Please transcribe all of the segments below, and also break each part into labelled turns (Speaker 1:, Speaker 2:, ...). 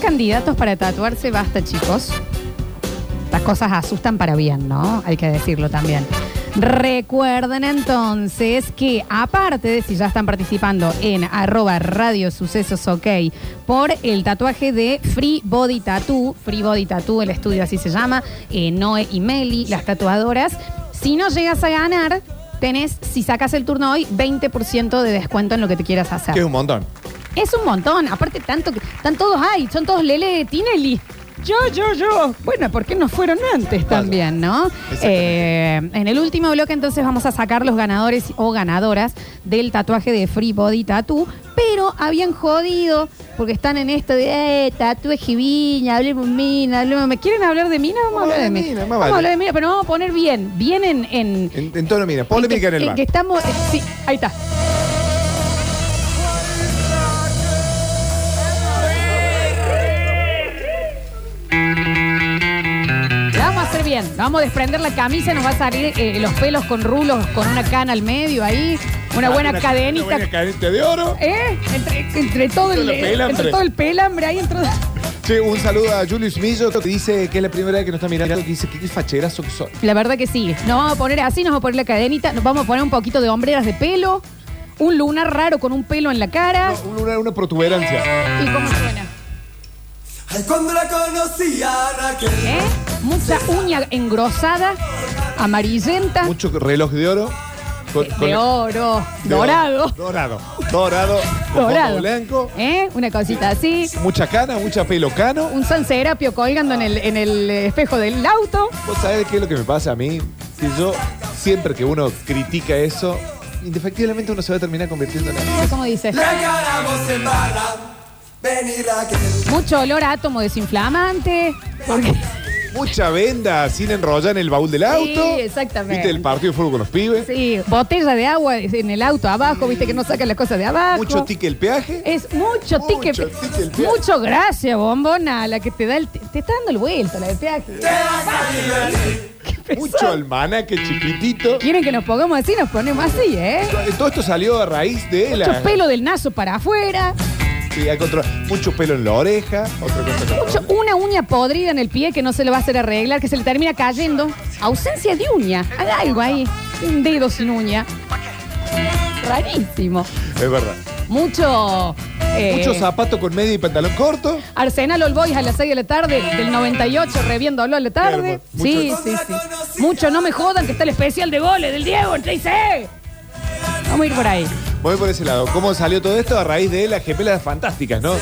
Speaker 1: candidatos para tatuarse basta, chicos. Las cosas asustan para bien, ¿no? Hay que decirlo también. Recuerden entonces que aparte de si ya están participando en arroba radio sucesos ok por el tatuaje de Free Body Tattoo, Free Body Tattoo, el estudio así se llama, eh, Noe y Meli, las tatuadoras, si no llegas a ganar, tenés, si sacas el turno hoy, 20% de descuento en lo que te quieras hacer.
Speaker 2: Que es un montón.
Speaker 1: Es un montón, aparte tanto que están todos ahí, son todos Lele Tinelli. Yo, yo, yo. Bueno, ¿por qué no fueron antes también, no? Eh, en el último bloque entonces vamos a sacar los ganadores o ganadoras del tatuaje de Free Body Tattoo, pero habían jodido porque están en esto de eh, tatuaje viña, hablemos mina, hablemos. ¿Me quieren hablar de mina? Vamos a hablar de mina.
Speaker 2: más
Speaker 1: Vamos a
Speaker 2: vale.
Speaker 1: hablar de mina, pero no vamos a poner bien, bien en- en,
Speaker 2: En, en tono, mira, polémica en
Speaker 1: que-
Speaker 2: el bar.
Speaker 1: que estamos. eh, sí, ahí está. La vamos a hacer bien. la Vamos a desprender la camisa, nos va a salir eh, los pelos con rulos, con una cana al medio ahí, una buena
Speaker 2: Ah, Una-
Speaker 1: cadenita.
Speaker 2: Una buena cadenita de oro.
Speaker 1: ¿Eh? Entre, entre todo el,
Speaker 2: Entre los pelambres.
Speaker 1: entre todo el pelambre ahí entró.
Speaker 2: Che, un saludo a Julius Millo, que dice que es la primera vez que nos está mirando, que dice que qué facherazo que soy.
Speaker 1: La verdad que sí. Nos vamos a poner así, nos vamos a poner la cadenita, nos vamos a poner un poquito de hombreras de pelo, un lunar raro con un pelo en la cara.
Speaker 2: No, una, una protuberancia.
Speaker 1: ¿Y cómo suena?
Speaker 3: Ay, cuando la conocí a Raquel.
Speaker 1: ¿Eh? Mucha uña engrosada, amarillenta,
Speaker 2: Mucho reloj de oro. con- con-
Speaker 1: de oro,
Speaker 2: de oro.
Speaker 1: dorado,
Speaker 2: Dorado. Dorado. con
Speaker 1: dorado.
Speaker 2: fondo blanco.
Speaker 1: ¿Eh? Una cosita así.
Speaker 2: Mucha cana, mucha pelo cano.
Speaker 1: Un San Serapio colgando en el, en el espejo del auto.
Speaker 2: ¿Vos sabés qué es lo que me pasa a mí? Que yo, siempre que uno critica eso, indefectiblemente uno se va a terminar convirtiendo en algo.
Speaker 1: ¿Cómo dice?
Speaker 3: La ganamos en barra. Ven y Raquel.
Speaker 1: Mucho olor a átomo desinflamante. Porque
Speaker 2: Mucha venda sin enrollar en el baúl del auto.
Speaker 1: exactamente.
Speaker 2: Viste el partido de fútbol con los pibes.
Speaker 1: sí, botella de agua en el auto abajo, viste que no sacan las cosas de abajo.
Speaker 2: Mucho tique el peaje.
Speaker 1: Es mucho
Speaker 2: Mucho
Speaker 1: ticket.
Speaker 2: tique el peaje.
Speaker 1: Mucho gracias, bombona, la que te da el. Te, te está dando el vuelto, la de peaje.
Speaker 3: Te vas a divertir.
Speaker 1: Qué
Speaker 2: Mucho
Speaker 1: pesado.
Speaker 2: almanaque chiquitito.
Speaker 1: Quieren que nos pongamos así, nos ponemos así, ¿eh?
Speaker 2: Todo esto salió a raíz de la.
Speaker 1: Mucho pelo del naso para afuera,
Speaker 2: Sí, hay otro- mucho pelo en la oreja. Otra cosa que-
Speaker 1: mucho, una uña podrida en el pie que no se le va a hacer arreglar, que se le termina cayendo. Ausencia de uña, haga algo ahí. Un dedo sin uña. Rarísimo.
Speaker 2: Es verdad.
Speaker 1: Mucho. eh,
Speaker 2: Mucho zapato con media y pantalón corto.
Speaker 1: Arsenal All Boys a las 6 de la tarde, del 98, reviéndolo a la tarde.
Speaker 2: Claro, mucho-
Speaker 1: sí, sí, sí. Mucho, no me jodan que está el especial de goles del Diego, el 3C. Vamos a ir por ahí.
Speaker 2: Voy por ese lado. ¿Cómo salió todo esto? A raíz de las gemelas fantásticas, ¿no?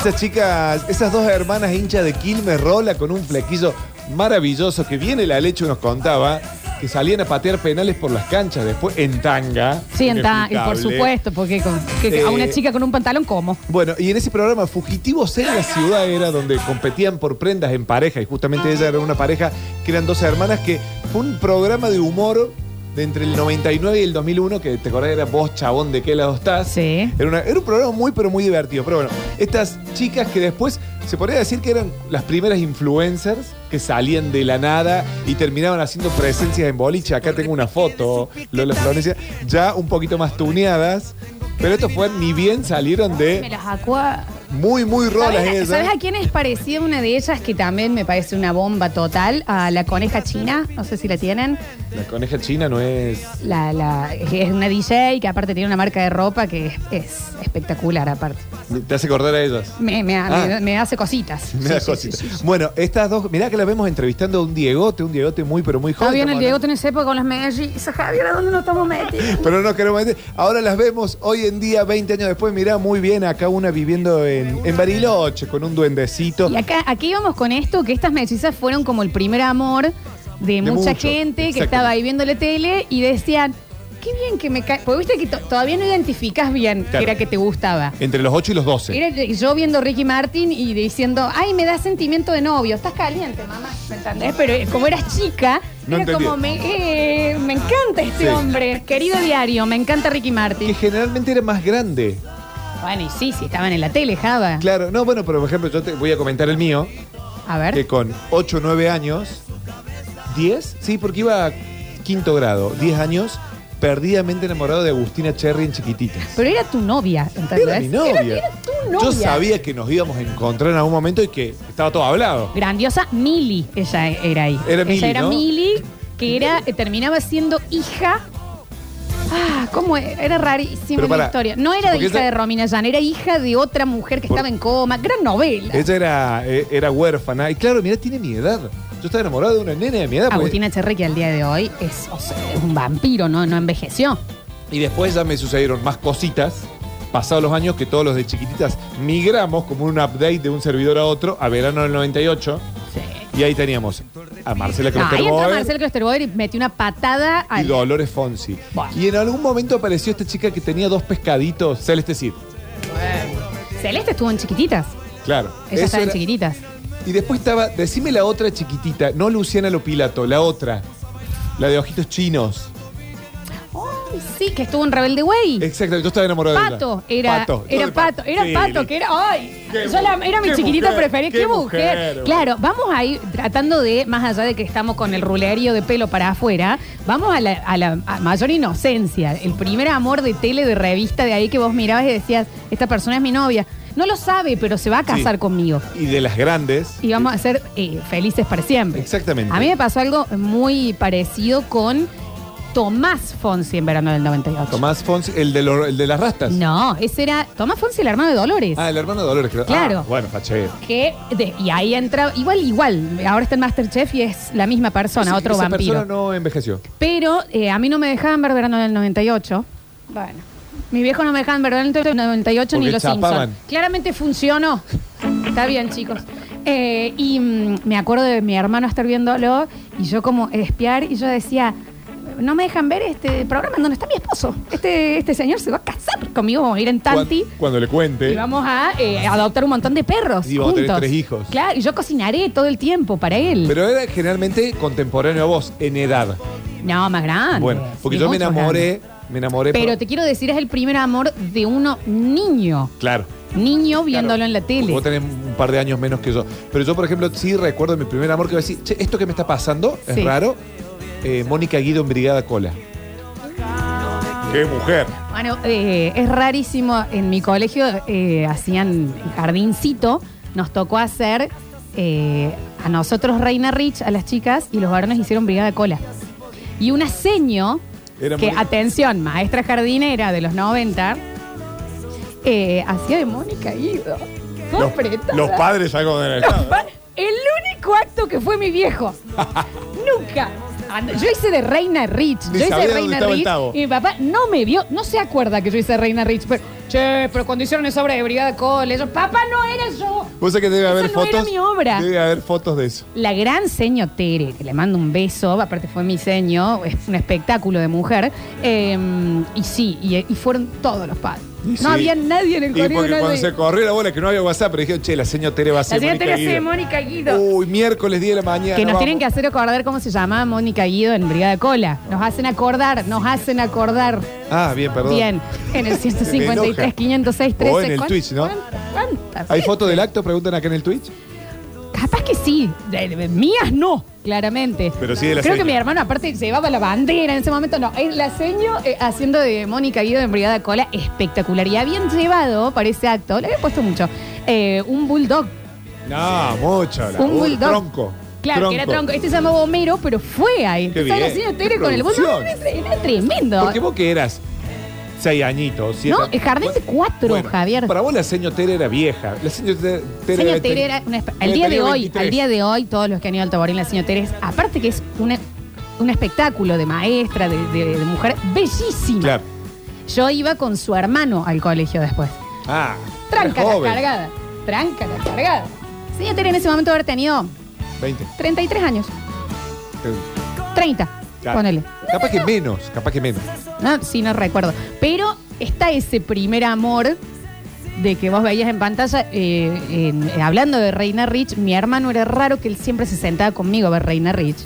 Speaker 2: Esas chicas, esas dos hermanas hinchas de Quilmes Rola con un flequillo maravilloso que viene la leche nos contaba que salían a patear penales por las canchas después en tanga.
Speaker 1: Sí, en ta- y por
Speaker 2: Inexplicable.
Speaker 1: supuesto, porque con- que- que a una
Speaker 2: Eh,
Speaker 1: chica con un pantalón, ¿cómo?
Speaker 2: Bueno, y en ese programa Fugitivos en la ciudad era donde competían por prendas en pareja y justamente ella era una pareja que eran dos hermanas que fue un programa de humor de entre el 99 y el 2001 que te acordás era vos chabón de qué lado estás.
Speaker 1: Sí.
Speaker 2: Era, una- era un programa muy pero muy divertido, pero bueno, estas chicas que después se podría decir que eran las primeras influencers que salían de la nada y terminaban haciendo presencias en boliche. Acá tengo una foto, Lola Florencia, ya un poquito más tuneadas. Pero esto fue ni bien salieron de...
Speaker 1: Me las acua.
Speaker 2: Muy, muy rolas
Speaker 1: ¿Sabes,
Speaker 2: esas.
Speaker 1: sabes a quién es parecida una de ellas que también me parece una bomba total? A la coneja china, no sé si la tienen.
Speaker 2: La coneja china no es.
Speaker 1: La, la, es una DJ que aparte tiene una marca de ropa que es- es espectacular aparte.
Speaker 2: Te hace acordar a ellas.
Speaker 1: Me, me-
Speaker 2: Ah.
Speaker 1: me- me hace cositas.
Speaker 2: Me
Speaker 1: Sí,
Speaker 2: da
Speaker 1: sí,
Speaker 2: cosita.
Speaker 1: sí, sí, sí.
Speaker 2: Bueno, estas dos, mirá que las vemos entrevistando a un Diegote, un Diegote muy, pero muy joven.
Speaker 1: Está bien, el
Speaker 2: Estamos
Speaker 1: Diego
Speaker 2: hablando-
Speaker 1: tenés época con las mellizas. Javier, ¿a dónde nos estamos metidos?
Speaker 2: Pero no queremos meter. Ahora las vemos hoy en día, 20 años después. Mirá muy bien acá una viviendo en, en Bariloche con un duendecito.
Speaker 1: Y acá, aquí íbamos con esto, que estas mellizas fueron como el primer amor de, mucha
Speaker 2: mucho,
Speaker 1: gente que
Speaker 2: exacto.
Speaker 1: estaba ahí viendo la tele y decían, qué bien que me cae. Porque viste que to- todavía no identificas bien que
Speaker 2: Claro.
Speaker 1: era que te gustaba.
Speaker 2: Entre los 8 y los 12.
Speaker 1: Era yo viendo Ricky Martin y diciendo, ay, me da sentimiento de novio, estás caliente, mamá, ¿me entendés? Pero eh, como eras chica,
Speaker 2: No
Speaker 1: era
Speaker 2: entendí.
Speaker 1: como, me, eh, me encanta este
Speaker 2: Sí.
Speaker 1: hombre, querido diario, me encanta Ricky
Speaker 2: Que
Speaker 1: Martin.
Speaker 2: generalmente era más grande.
Speaker 1: Bueno, y sí, sí, estaban en la tele, Java.
Speaker 2: Claro, no, bueno, pero por ejemplo, yo te voy a comentar el mío.
Speaker 1: A ver.
Speaker 2: que con 8 o 9 años, 10, sí, porque iba a quinto grado, 10 años, perdidamente enamorado de Agustina Cherry en chiquititas.
Speaker 1: Pero era tu novia, ¿entendés?
Speaker 2: Era mi novia.
Speaker 1: Era, era tu
Speaker 2: Yo
Speaker 1: novias.
Speaker 2: sabía que nos íbamos a encontrar en algún momento y que estaba todo hablado.
Speaker 1: Grandiosa Mili, ella era ahí.
Speaker 2: Era
Speaker 1: ella
Speaker 2: Mili,
Speaker 1: era
Speaker 2: ¿no?
Speaker 1: Mili, que era, eh, terminaba siendo hija. Ah, cómo e- era rarísima
Speaker 2: Pero
Speaker 1: la
Speaker 2: pará,
Speaker 1: historia. No era de
Speaker 2: porque
Speaker 1: hija
Speaker 2: esa-
Speaker 1: de Romina Yan, era hija de otra mujer que
Speaker 2: Por-
Speaker 1: estaba en coma. Gran novela.
Speaker 2: Ella era, eh, era huérfana. Y claro, mira, tiene mi edad. Yo estaba enamorado de una nena de mi edad. pues. porque-
Speaker 1: Agustina Cherry, que al día de hoy es, o sea, es un vampiro, no, no envejeció.
Speaker 2: Y después ya me sucedieron más cositas. Pasados los años que todos los de chiquititas migramos como un update de un servidor a otro a verano del 98. Y ahí teníamos a Marcela
Speaker 1: No, ahí entró
Speaker 2: Klosterboer
Speaker 1: Marcel Klosterboer y metió una patada
Speaker 2: y
Speaker 1: al.
Speaker 2: Dolores Fonsi.
Speaker 1: Bueno.
Speaker 2: Y en algún momento apareció esta chica que tenía dos pescaditos, Celeste Cid.
Speaker 1: Celeste estuvo en chiquititas.
Speaker 2: Claro.
Speaker 1: Ella
Speaker 2: Eso
Speaker 1: estaba en
Speaker 2: era-
Speaker 1: chiquititas.
Speaker 2: Y después estaba, decime la otra chiquitita, no Luciana Lopilato, la otra. La de ojitos chinos.
Speaker 1: Ay, sí, que estuvo en Rebelde Way.
Speaker 2: Exacto, yo estaba enamorado
Speaker 1: Pato,
Speaker 2: de ella.
Speaker 1: era pato, era
Speaker 2: todo de
Speaker 1: pato, era
Speaker 2: Sí,
Speaker 1: pato, que era, ay, yo la- era mi
Speaker 2: qué
Speaker 1: chiquitita
Speaker 2: mujer,
Speaker 1: preferida, qué,
Speaker 2: qué
Speaker 1: mujer.
Speaker 2: mujer,
Speaker 1: Claro, vamos a ir tratando de, más allá de que estamos con el ruleario de pelo para afuera, vamos a la, a la a mayor inocencia, el primer amor de tele, de revista de ahí que vos mirabas y decías, esta persona es mi novia, no lo sabe, pero se va a casar
Speaker 2: Sí.
Speaker 1: conmigo.
Speaker 2: Y de las grandes.
Speaker 1: Y vamos a ser eh, felices para siempre.
Speaker 2: Exactamente.
Speaker 1: A mí me pasó algo muy parecido con Tomás Fonsi en verano del 98.
Speaker 2: Tomás Fonsi, el de, lo- el de las rastas.
Speaker 1: No, ese era Tomás Fonsi, el hermano de Dolores.
Speaker 2: Ah, el hermano de Dolores, creo. Ah,
Speaker 1: Claro.
Speaker 2: bueno, fachero.
Speaker 1: Que de- y ahí entra, igual, igual, ahora está en Masterchef y es la misma persona,
Speaker 2: Ese-
Speaker 1: otro
Speaker 2: esa
Speaker 1: vampiro.
Speaker 2: persona no envejeció.
Speaker 1: Pero eh, a mí no me dejaban ver verano del 98. Bueno. Mi viejo no me dejaban ver verano del 98 ni
Speaker 2: Porque
Speaker 1: los
Speaker 2: chapaban.
Speaker 1: Simpsons. Claramente funcionó. Está bien, chicos. Eh, y mm, me acuerdo de mi hermano estar viéndolo y yo como espiar y yo decía, no me dejan ver este programa en donde está mi esposo. Este, este señor se va a casar conmigo, vamos a ir en Tanti.
Speaker 2: Cuan- Cuando le cuente.
Speaker 1: Y vamos a eh, adoptar un montón de perros.
Speaker 2: Y vamos a tener
Speaker 1: juntos.
Speaker 2: tres hijos.
Speaker 1: Claro, y yo cocinaré todo el tiempo para él.
Speaker 2: Pero era generalmente contemporáneo a vos, en edad.
Speaker 1: no, más grande.
Speaker 2: bueno, porque
Speaker 1: Sí,
Speaker 2: yo me
Speaker 1: mucho grande.
Speaker 2: enamoré, me enamoré.
Speaker 1: Pero
Speaker 2: por-
Speaker 1: te quiero decir, es el primer amor de uno niño.
Speaker 2: Claro.
Speaker 1: Niño viéndolo
Speaker 2: Claro.
Speaker 1: en la tele.
Speaker 2: Vos tenés un par de años menos que yo. Pero yo, por ejemplo, sí recuerdo mi primer amor que iba a decir, che, esto que me está pasando es
Speaker 1: Sí.
Speaker 2: raro. Eh, Mónica Guido en Brigada Cola. ¡Qué mujer!
Speaker 1: Bueno, eh, es rarísimo. En mi colegio eh, hacían jardincito. Nos tocó hacer eh, a nosotros Reina Rich, a las chicas, y los varones hicieron Brigada Cola. Y una seño,
Speaker 2: Era
Speaker 1: que
Speaker 2: Mónica.
Speaker 1: atención, maestra jardinera de los 90, eh, hacía de Mónica Guido. Fue apretada.
Speaker 2: padres algo de
Speaker 1: El único acto que fue mi viejo. Nunca. And- Yo hice de Reina Rich.
Speaker 2: Ni
Speaker 1: yo hice
Speaker 2: sabía
Speaker 1: de
Speaker 2: dónde
Speaker 1: Reina
Speaker 2: estaba el
Speaker 1: Rich.
Speaker 2: tabo.
Speaker 1: Y mi papá no me vio, no se acuerda que yo hice de Reina Rich. Pero, che, pero cuando hicieron esa obra de Brigada Cole, yo, papá, no era yo.
Speaker 2: Vos sabés que debe
Speaker 1: Esa
Speaker 2: haber
Speaker 1: no
Speaker 2: fotos.
Speaker 1: era mi obra.
Speaker 2: Debe haber fotos de eso.
Speaker 1: La gran seño Tere, que le mando un beso, aparte fue mi seño, es un espectáculo de mujer. eh, y sí, y, y fueron todos los padres.
Speaker 2: Y
Speaker 1: no
Speaker 2: sí.
Speaker 1: había nadie en el
Speaker 2: Y porque
Speaker 1: colegio.
Speaker 2: cuando
Speaker 1: nadie.
Speaker 2: se corrió la bola que no había WhatsApp, pero dijeron, che, la señora Tere va a
Speaker 1: La
Speaker 2: ser
Speaker 1: señora
Speaker 2: Mónica
Speaker 1: Tere hace de
Speaker 2: Guido.
Speaker 1: Mónica Guido.
Speaker 2: Uy, miércoles 10 de la mañana.
Speaker 1: Que nos
Speaker 2: vamos.
Speaker 1: tienen que hacer acordar cómo se llamaba Mónica Guido en Brigada Cola. Nos hacen acordar, nos hacen acordar.
Speaker 2: Ah, bien, perdón.
Speaker 1: Bien, en el
Speaker 2: Me
Speaker 1: 153,
Speaker 2: enoja.
Speaker 1: 506, 13.
Speaker 2: O en el Twitch, ¿no?
Speaker 1: ¿Cuántas?
Speaker 2: ¿Hay fotos del acto? Preguntan acá en el Twitch.
Speaker 1: Capaz que sí, de- de- mías no, claramente.
Speaker 2: Pero sí de la
Speaker 1: Creo
Speaker 2: seño.
Speaker 1: que mi hermano aparte llevaba la bandera en ese momento, no, es la seño eh, haciendo de Mónica Guido en Brigada Cola espectacular. Y habían llevado para ese acto, le había puesto mucho, eh, un bulldog
Speaker 2: No, mucho. la-
Speaker 1: Un
Speaker 2: uh,
Speaker 1: bulldog.
Speaker 2: Tronco.
Speaker 1: Claro, que era tronco. Este se llamaba Homero, pero fue ahí.
Speaker 2: Qué
Speaker 1: Estaba
Speaker 2: bien.
Speaker 1: haciendo
Speaker 2: Qué
Speaker 1: tele con el bolso.
Speaker 2: producción.
Speaker 1: Era, era tremendo.
Speaker 2: Porque vos que eras seis añitos, siete.
Speaker 1: No, el jardín de cuatro, Javier.
Speaker 2: Para vos la señora Tere era vieja. La señora Tere, Tere
Speaker 1: Señor
Speaker 2: debe
Speaker 1: Tere
Speaker 2: tener-
Speaker 1: era una espe- al
Speaker 2: debe
Speaker 1: día de
Speaker 2: tener
Speaker 1: hoy,
Speaker 2: 23.
Speaker 1: al día de hoy, todos los que han ido al Taborín, la señora Tere es, aparte que es una- un espectáculo de maestra, de, de- de mujer, bellísima.
Speaker 2: Claro.
Speaker 1: Yo iba con su hermano al colegio después.
Speaker 2: Ah.
Speaker 1: Tranca
Speaker 2: era
Speaker 1: la
Speaker 2: joven.
Speaker 1: cargada. Tranca la cargada. Señora Tere en ese momento haber tenido
Speaker 2: 20.
Speaker 1: 33 años.
Speaker 2: Eh,
Speaker 1: 30.
Speaker 2: claro.
Speaker 1: Ponele.
Speaker 2: Capaz que menos, capaz que menos.
Speaker 1: No, sí, no recuerdo. Pero está ese primer amor de que vos veías en pantalla. eh, en- eh, hablando de Reina Rich, mi hermano era raro que él siempre se sentaba conmigo a ver Reina Rich.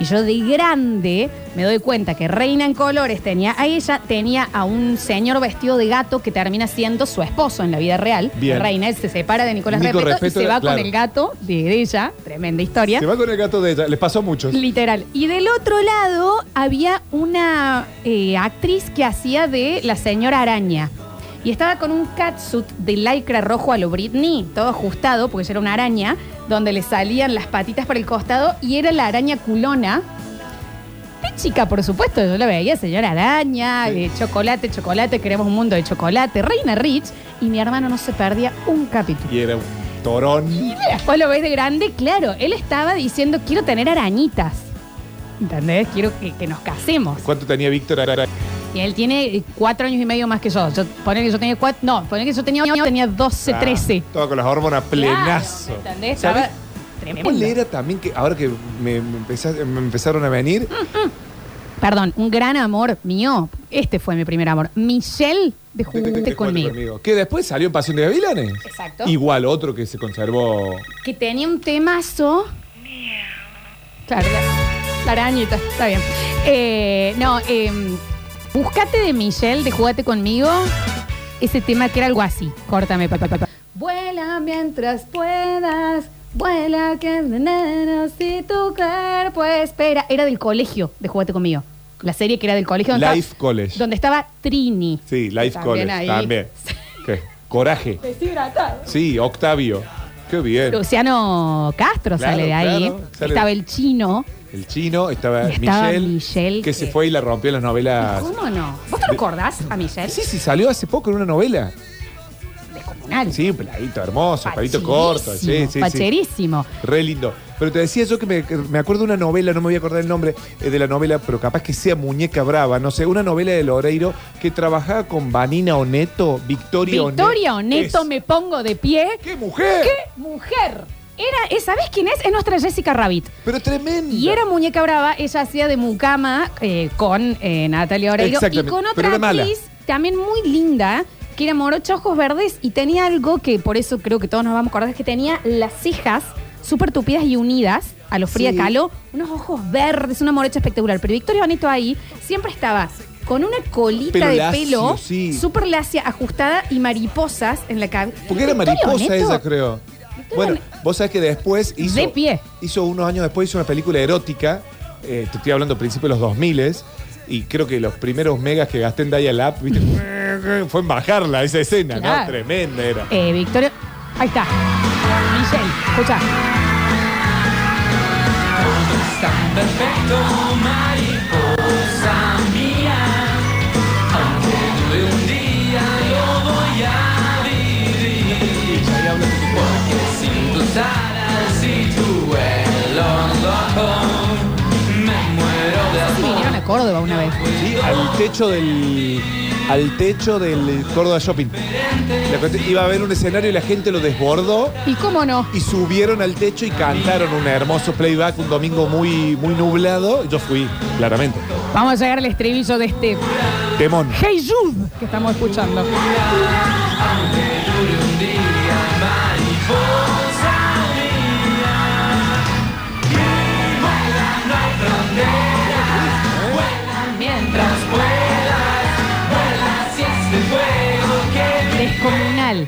Speaker 1: Y yo de grande me doy cuenta que Reina en Colores tenía a ella, tenía a un señor vestido de gato que termina siendo su esposo en la vida real.
Speaker 2: Bien.
Speaker 1: Reina él se separa de Nicolás
Speaker 2: Nico
Speaker 1: Repeto y
Speaker 2: Repetto,
Speaker 1: se va
Speaker 2: claro.
Speaker 1: con el gato de de ella. Tremenda historia.
Speaker 2: Se va con el gato de ella. Les pasó a muchos.
Speaker 1: Literal. Y del otro lado había una eh, actriz que hacía de la señora araña. Y estaba con un catsuit de lycra rojo a lo Britney, todo ajustado, porque yo era una araña, donde le salían las patitas para el costado y era la araña culona. De chica, por supuesto, yo la veía, señora araña,
Speaker 2: Sí.
Speaker 1: eh, chocolate, chocolate, queremos un mundo de chocolate, reina Rich, y mi hermano no se perdía un capítulo.
Speaker 2: Y era un torón.
Speaker 1: Después lo ves de grande, claro, él estaba diciendo, quiero tener arañitas. ¿Entendés? Quiero que, que nos casemos.
Speaker 2: ¿Cuánto tenía Víctor Ara- Ara-
Speaker 1: Y él tiene eh, cuatro años y medio más que yo. yo poner que yo tenía cuatro. No, poner que yo tenía, tenía 12,
Speaker 2: Ah,
Speaker 1: 13.
Speaker 2: Todo con las hormonas plenazo.
Speaker 1: Claro, ¿me ¿Entendés?
Speaker 2: ¿Sabés
Speaker 1: Estaba tremendo.
Speaker 2: ¿Cuál era también que ahora que me, me empeza- me empezaron a venir?
Speaker 1: Perdón, un gran amor mío. Este fue mi primer amor. Michelle de
Speaker 2: te- te- te-
Speaker 1: Junte
Speaker 2: te-
Speaker 1: conmigo.
Speaker 2: Este Que después salió en Pasión de Gavilanes.
Speaker 1: Exacto.
Speaker 2: Igual otro que se conservó.
Speaker 1: Que tenía un temazo. Claro, la, la arañita, está bien. Eh, no, eh, búscate de Michelle de Jugate conmigo. Ese tema que era algo así. Córtame, papá, papá. Vuela mientras puedas. Vuela que veneno si tu cuerpo espera. Era del colegio de Jugate conmigo. La serie que era del colegio. donde
Speaker 2: Life
Speaker 1: estaba-
Speaker 2: College.
Speaker 1: Donde estaba Trini.
Speaker 2: Sí, Life
Speaker 1: También
Speaker 2: College.
Speaker 1: ahí.
Speaker 2: También. ¿Qué? Coraje.
Speaker 1: Deshidratado.
Speaker 2: Sí, Octavio. Qué bien.
Speaker 1: Luciano Castro
Speaker 2: Claro,
Speaker 1: sale de ahí.
Speaker 2: claro, sale-
Speaker 1: Estaba el chino.
Speaker 2: El chino, estaba,
Speaker 1: Y estaba
Speaker 2: Michelle,
Speaker 1: Michelle,
Speaker 2: que
Speaker 1: que-
Speaker 2: se fue y la rompió en las novelas.
Speaker 1: ¿Cómo no? ¿Vos te lo acordás a Michelle?
Speaker 2: Sí, sí, salió hace poco en una novela.
Speaker 1: Descomunal.
Speaker 2: Sí, peladito hermoso, palito corto. Sí, sí, sí.
Speaker 1: Pacherísimo.
Speaker 2: Re lindo. Pero te decía yo que me, que me acuerdo de una novela, no me voy a acordar el nombre eh, de la novela, pero capaz que sea Muñeca Brava, no sé, una novela de Loreiro que trabajaba con Vanina Oneto, Victoria Oneto.
Speaker 1: Victoria Oneto,
Speaker 2: Es-
Speaker 1: me pongo de pie.
Speaker 2: ¡Qué mujer!
Speaker 1: ¡Qué mujer! Era, eh, ¿Sabés quién es? Es nuestra Jessica Rabbit.
Speaker 2: Pero tremendo.
Speaker 1: Y era muñeca brava, ella hacía de mucama eh, con eh, Natalia Oreiro y
Speaker 2: Exactamente,
Speaker 1: con
Speaker 2: pero
Speaker 1: otra
Speaker 2: era mala.
Speaker 1: actriz también muy linda, que era morocha ojos verdes y tenía algo que por eso creo que todos nos vamos a acordar, es que tenía las cejas súper tupidas y unidas a los fría
Speaker 2: Sí.
Speaker 1: calo, unos ojos verdes, una morocha espectacular. Pero Victoria Bonito ahí siempre estaba con una colita
Speaker 2: Pelo
Speaker 1: de
Speaker 2: lacio,
Speaker 1: pelo
Speaker 2: sí.
Speaker 1: súper lacia, ajustada y mariposas en la cabeza.
Speaker 2: Porque era
Speaker 1: Victoria
Speaker 2: mariposa
Speaker 1: Bonetto,
Speaker 2: ella, creo. Bueno, vos sabés que después hizo.
Speaker 1: De pie.
Speaker 2: Hizo unos años después, hizo una película erótica. eh, te estoy hablando a principios de los 2000 y creo que los primeros megas que gasté en Dial Up, ¿viste? fue en bajarla esa escena, ¿no?
Speaker 1: Claro.
Speaker 2: Tremenda era.
Speaker 1: Eh, Victoria. Ahí está. Michelle, escucha.
Speaker 4: Sin tus alas y tu vuelo loco Me muero de
Speaker 1: Sí, vinieron a Córdoba una vez.
Speaker 2: Sí, al techo del. Al techo del Córdoba Shopping. La cuestión- iba a haber un escenario y la gente lo desbordó.
Speaker 1: ¿Y cómo no?
Speaker 2: Y subieron al techo y cantaron un hermoso playback un domingo muy, muy nublado. Yo fui, claramente.
Speaker 1: Vamos a llegar al estribillo de este
Speaker 2: Temón.
Speaker 1: Hey Jude que estamos escuchando. Descomunal.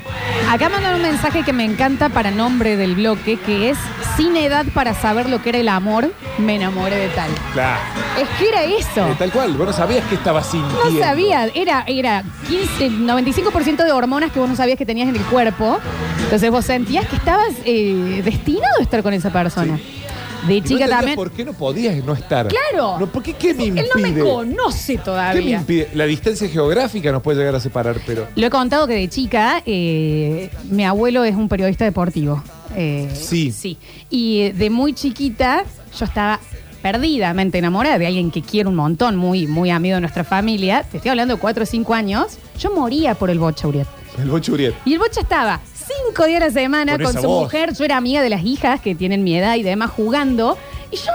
Speaker 1: Acá mandan un mensaje que me encanta para nombre del bloque, que es sin edad para saber lo que era el amor, me enamoré de tal.
Speaker 2: Claro.
Speaker 1: Es que era eso.
Speaker 2: Eh, tal cual, vos no sabías que estaba
Speaker 1: No
Speaker 2: sintiendo.
Speaker 1: sabía, era, era 15, 95% de hormonas que vos no sabías que tenías en el cuerpo. Entonces vos sentías que estabas eh, destinado a estar con esa persona. De
Speaker 2: Y no
Speaker 1: chica
Speaker 2: entendías
Speaker 1: también.
Speaker 2: ¿Por qué no podías no estar?
Speaker 1: Claro.
Speaker 2: No, ¿Por qué qué me impide?
Speaker 1: Él no me conoce
Speaker 2: ¿Qué me
Speaker 1: todavía.
Speaker 2: impide? La distancia geográfica nos puede llegar a separar, pero.
Speaker 1: Lo he contado que de chica, eh, mi abuelo es un periodista deportivo. Eh,
Speaker 2: Sí.
Speaker 1: Sí. Y eh, de muy chiquita yo estaba perdidamente enamorada de alguien que quiero un montón, muy, muy amigo de nuestra familia. Te estoy hablando de 4 o 5 años. Yo moría por el Bocha Uriet.
Speaker 2: El Bochuriet.
Speaker 1: Y el Bocha estaba cinco días a la semana
Speaker 2: Con
Speaker 1: con,
Speaker 2: esa
Speaker 1: su
Speaker 2: voz.
Speaker 1: mujer. Yo era amiga de las hijas que tienen mi edad y demás jugando. Y yo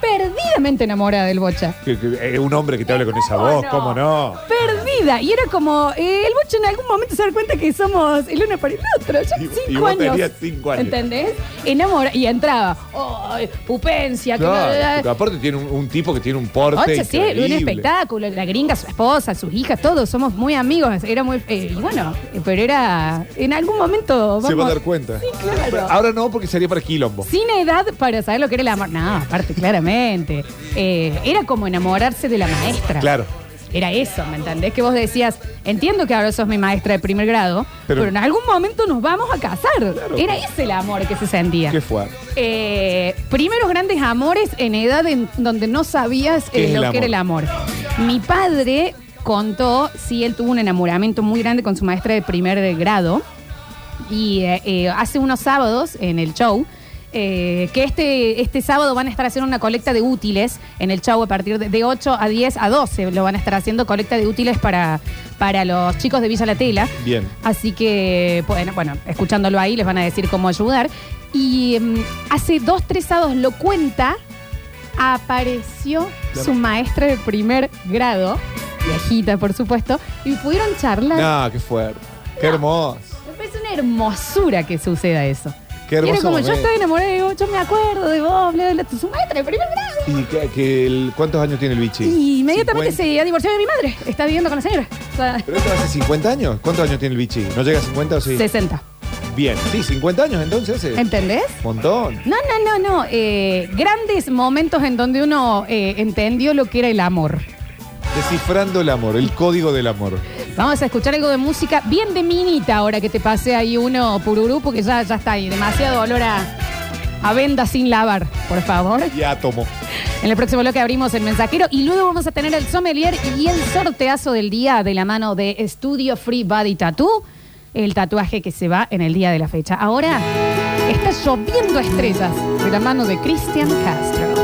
Speaker 1: perdidamente enamorada del Bocha.
Speaker 2: Que- que- eh, Un hombre que te hable con esa
Speaker 1: ¿Cómo
Speaker 2: voz,
Speaker 1: Oh, no?
Speaker 2: ¿cómo no?
Speaker 1: Perdida. Y era como, eh, el Bocha en algún momento se da cuenta que somos el uno para el otro. Yo
Speaker 2: Y- y
Speaker 1: cinco
Speaker 2: vos
Speaker 1: años.
Speaker 2: tenías cinco años.
Speaker 1: ¿Entendés? Enamora. Y entraba. ¡Ay, pupencia! que bla, bla,
Speaker 2: Claro, porque
Speaker 1: bla".
Speaker 2: aparte tiene un, un tipo que tiene un porte.
Speaker 1: Ocho, sí, un
Speaker 2: increíble.
Speaker 1: espectáculo. La gringa, su esposa, sus hijas, todos somos muy amigos. Era muy. eh, y bueno, eh, pero era. En algún momento.
Speaker 2: Se va a
Speaker 1: vamos-
Speaker 2: dar cuenta.
Speaker 1: Sí, claro.
Speaker 2: Pero ahora no, porque sería para Quilombo.
Speaker 1: Sin edad para saber lo que era el amor. No, aparte, claramente. Eh, era como enamorarse de la maestra.
Speaker 2: Claro.
Speaker 1: Era eso, ¿me entendés? Que vos decías, entiendo que ahora sos mi maestra de primer grado, pero,
Speaker 2: Pero-
Speaker 1: en algún momento nos vamos a casar.
Speaker 2: Claro.
Speaker 1: Era ese el amor que se sentía.
Speaker 2: Qué fuerte.
Speaker 1: Eh, primeros grandes amores en edad en donde no sabías
Speaker 2: ¿Qué
Speaker 1: eh,
Speaker 2: es el
Speaker 1: lo que era el amor. Mi padre contó, sí, él tuvo un enamoramiento muy grande con su maestra de primer grado. Y eh, eh, hace unos sábados en el show, eh, que este, este sábado van a estar haciendo una colecta de útiles en el show a partir de, de 8 a 10 a 12. Lo van a estar haciendo colecta de útiles para, para los chicos de Villa La Tela.
Speaker 2: Bien.
Speaker 1: Así que, bueno, bueno, escuchándolo ahí les van a decir cómo ayudar. Y em, hace dos, tres sábados lo cuenta, apareció
Speaker 2: La-
Speaker 1: su maestra de primer grado, viejita por supuesto, y pudieron charlar.
Speaker 2: No, qué fuerte. Qué hermoso.
Speaker 1: Me parece una hermosura que suceda eso.
Speaker 2: Qué
Speaker 1: Y era
Speaker 2: hermoso
Speaker 1: como yo
Speaker 2: momento.
Speaker 1: estoy enamorada de vos, yo me acuerdo de vos, bla, bla, bla, su maestra de primer grado.
Speaker 2: ¿Y qué- qué- el- cuántos años tiene el bichi?
Speaker 1: Y inmediatamente
Speaker 2: 50.
Speaker 1: se ha divorciado de mi madre. Está viviendo con la señora. O sea,
Speaker 2: ¿Pero esto hace 50 años? ¿Cuántos años tiene el bichi? ¿No llega a 50 o sí?
Speaker 1: 60.
Speaker 2: Bien, sí, 50 años entonces hace.
Speaker 1: ¿Entendés?
Speaker 2: Montón.
Speaker 1: No, no, no, no. Eh, grandes momentos en donde uno eh, entendió lo que era el amor.
Speaker 2: Descifrando el amor, el código del amor.
Speaker 1: Vamos a escuchar algo de música bien de minita ahora que te pase ahí uno pururú, porque ya, ya está ahí. Demasiado olor a, a venda sin lavar, por favor.
Speaker 2: Y átomo.
Speaker 1: En el próximo bloque abrimos el mensajero y luego vamos a tener el sommelier y el sorteazo del día de la mano de Studio Free Body Tattoo, el tatuaje que se va en el día de la fecha. Ahora está lloviendo estrellas de la mano de Cristian Castro.